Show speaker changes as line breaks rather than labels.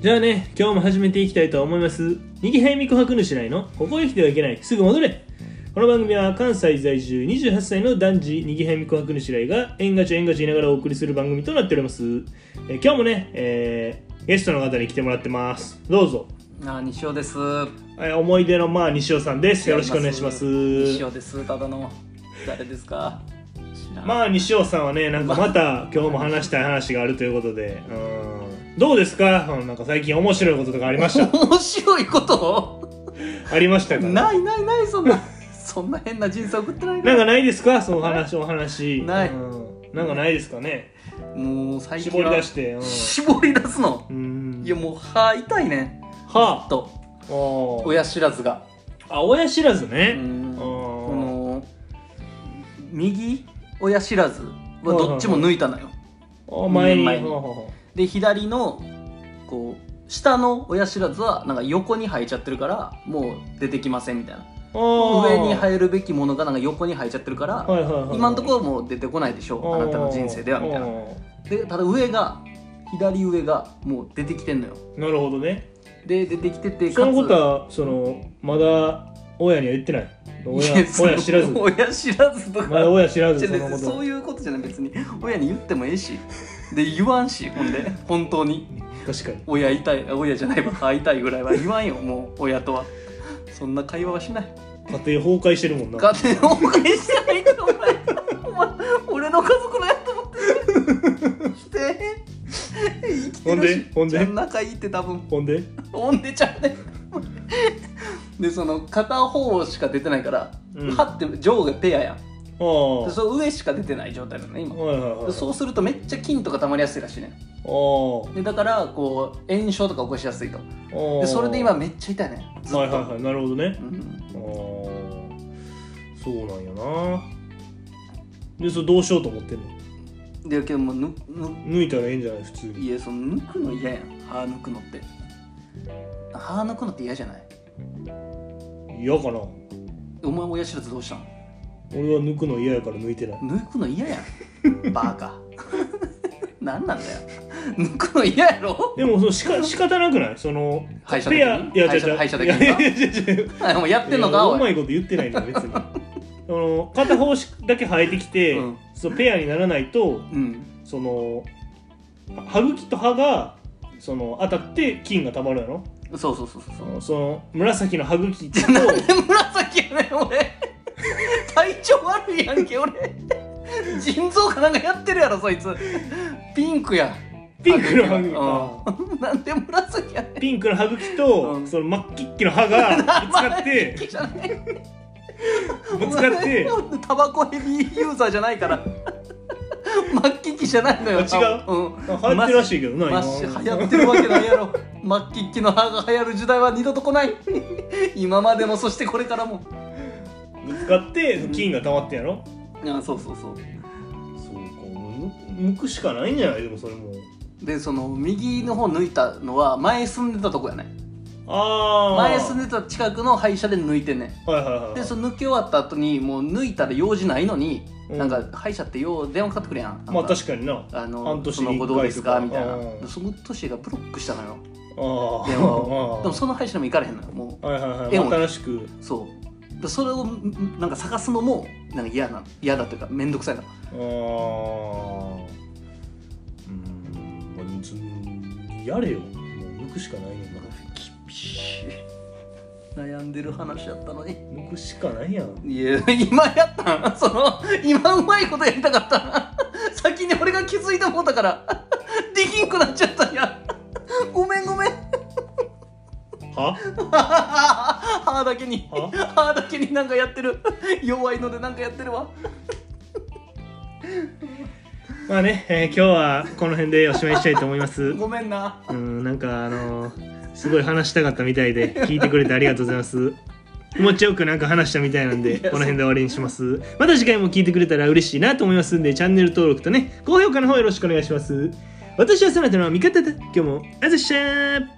じゃあね、今日も始めていきたいと思います。にぎはいみこはくぬしないの、ここへ来てはいけない、すぐ戻れこの番組は関西在住28歳の男児にぎはいみこはくぬしらいが縁がちょ縁がち言いながらお送りする番組となっております。えー今日もね、えーゲストの方に来てもらってます。どうぞ。
あ西尾です。
えー思い出のまあ西尾さんです。よろしくお願いします。
西尾です。ただの誰ですか。
まあ西尾さんはねなんかまた今日も話したい話があるということで、うん、どうですかうんなんか最近面白いこととかありま し
面白いこと
たありましたか
ないないないそんなそんな変な人生送ってないか
なん
ら。
かないですかその話お話
ない
うん、なんかないですかね
もう最近
絞
は
り出してう
絞り出すの。
ん、うん
いやもう歯痛いね。
は
と
あお
親知らずが。
あ親知らず
う
ね、
ん。
あ
こ
ー
の右親知らずはどっちも抜いたのよ。
あ前に
前に
ほうほうほ
で左のこう下の親知らずはなんか横に生えちゃってるからもう出てきませんみたいな。
うあー
上に入るべきものがなんか横に生えちゃってるから、
はいはいはい
今のところもう出てこないでしょうあなたの人生ではみたいな
お
でただ上が左上がもう出てきてんのよ
ーなるほどね
で出てきてて
そのこと
か
はそのまだ親には言ってない
つ
親
いやその
親知らずま
親知らずとか、
だ親知らず
じゃ
そ
別
のこ
に
と
そういうことじゃない別に親に言ってもええしで言わんしほんで本当に
確かに
親痛いあ親じゃないわ歯痛いぐらいは言わんよもう親とはそんな会話はしない
家庭崩壊してるもんな
家庭を崩壊してないってお前お前俺の家族のやつ持ってるして生きてるし
ほんでほんで
じゃ仲いいって多分
ほんで
ほんでちゃうねでその片方しか出てないから、
うん
歯って上下ペアや
ああ
んで
は
その上しか出てない状態なのね今
いはいはい
でそうするとめっちゃ菌とか溜まりやすいらしいね
あ
でだからこう炎症とか起こしやすいと
あああ
でそれで今めっちゃ痛いねずっと、
はいはいはいなるほどね
うん
ああそうなんやなでそれどうしようと思ってんの
でけどもうぬぬ
抜いたらいいんじゃない普通に
いやその抜くの嫌やん歯抜くのって歯抜くのって嫌じゃない
嫌かな
お前親知らずどうしたの
俺は抜くの嫌やから抜いてない
抜くの嫌や んバカ 何なんだよ抜くの嫌やろ
でもそのしか仕方なくないその
歯医者的
ペア
に
いや違う
歯医
違う
者歯医者的
いやいや
に
違う違う
かもうやってんの
い
か
やう
お
ま
い
いこと言ってないんだよ別にその片方しだけ生えてきて、
うん
そうペアにならないと
うん
そのは歯茎と歯がその当たって菌がたまるやろ
そうそうそうそうそう
その紫の歯茎 と
なんで紫やねん俺体調悪いやんけ俺腎臓かなんかやってるやろそいつピンクや
ピンクの歯茎
う
か
んなんで紫やねん
ピンクの歯茎と、
うん
その末期期の歯がぶつか って
じゃない
ぶつかって
お前タバコヘビーユーザーじゃないから末期期じゃないのよ
あ違う
う、うん、
生えてるらしいけどな
マ
今
ッシュ流行ってるわけないやろ末期期の歯が流行る時代は二度と来ない今までもそしてこれからも
ぶつかって菌がたまってんやろ
あそうそうそ
そ
う
うかむくしかないんじゃないでもそれも
でその右の方抜いたのは前住んでたとこやね
ああ
前住んでた近くの歯医者で抜いてんねん
はいはいはい
でその抜き終わった後にもう抜いたら用事ないのに、
うん
なんか歯医者ってよう電話かかってくるやんなん
まあ確かになあ
あの
半年
そ
に
の
一回
後
とか
どうですかみたいな
うん
その年がブロックしたのよ
あ
電話を
あ
でもその歯医者にも行かれへんのよも
はいはい
絵
はい
も
新しく
うそうでそれをんなんか探すのもなんか嫌な嫌だというか面倒くさいな
ああうんまあ別にやれよもう抜くしかないねんな
厳しい悩んでる話やったのに
抜くしかないやん
いや今やったんその今うまいことやりたかったな先に俺が気づいてもうたからできんくなっちゃったんやごめんごめん
は
歯だけに
は
歯だけになんかやってる弱いのでなんかやってるわ
まあね、えー今日はこの辺でおしまいしたいと思います う
ごめんな
ーんなんかあのーすごい話したかったみたいで聞いてくれてありがとうございます気持ちよくなんか話したみたいなんでこの辺で終わりにしますまた次回も聞いてくれたら嬉しいなと思いますんでチャンネル登録とね高評価の方よろしくお願いします私はそなたの味方だ今日もあざっしゃー